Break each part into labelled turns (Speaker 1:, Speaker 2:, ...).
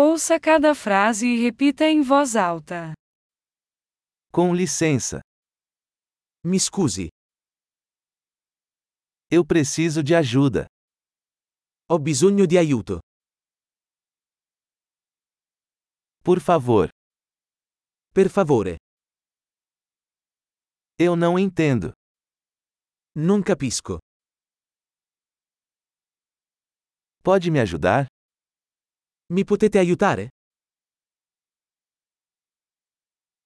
Speaker 1: Ouça cada frase e repita em voz alta.
Speaker 2: Com licença.
Speaker 3: Mi scusi,
Speaker 2: Eu preciso de ajuda.
Speaker 3: ho bisogno di aiuto.
Speaker 2: Por favor.
Speaker 3: Per favore,
Speaker 2: Eu não entendo.
Speaker 3: non capisco.
Speaker 2: Pode me ajudar?
Speaker 3: Mi potete aiutare?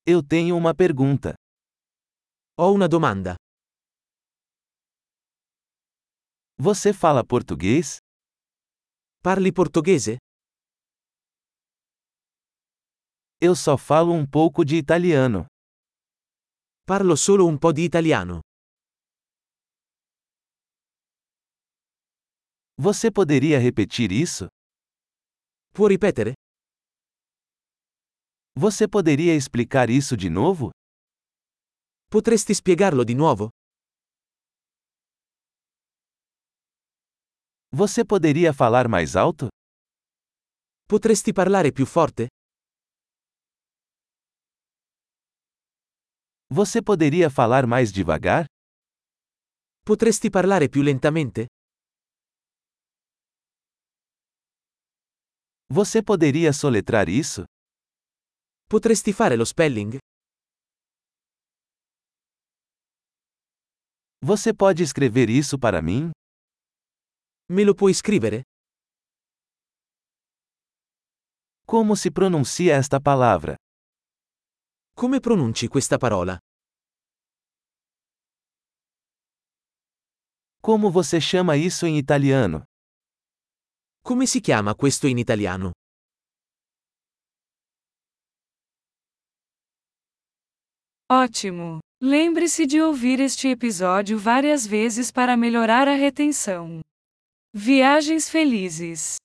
Speaker 2: Eu tenho uma pergunta.
Speaker 3: Ho una domanda.
Speaker 2: Você fala português?
Speaker 3: Parli portoghese?
Speaker 2: Eu só falo um pouco de italiano.
Speaker 3: Parlo solo un po' di italiano.
Speaker 2: Você poderia repetir isso?
Speaker 3: Può ripetere?
Speaker 2: Você poderia explicar isso de novo?
Speaker 3: Potresti spiegarlo di nuovo?
Speaker 2: Você poderia falar mais alto?
Speaker 3: Potresti parlare più forte?
Speaker 2: Você poderia falar mais devagar?
Speaker 3: Potresti parlare più lentamente?
Speaker 2: Você poderia soletrar isso?
Speaker 3: Potresti fare lo spelling?
Speaker 2: Você pode escrever isso para mim?
Speaker 3: Me lo puoi scrivere?
Speaker 2: Como se pronuncia esta palavra?
Speaker 3: Come pronunci questa parola?
Speaker 2: Como você chama isso em italiano?
Speaker 3: Come si chiama questo in italiano?
Speaker 1: Ótimo! Lembre-se de ouvir este episódio várias vezes para melhorar a retenção. Viagens felizes!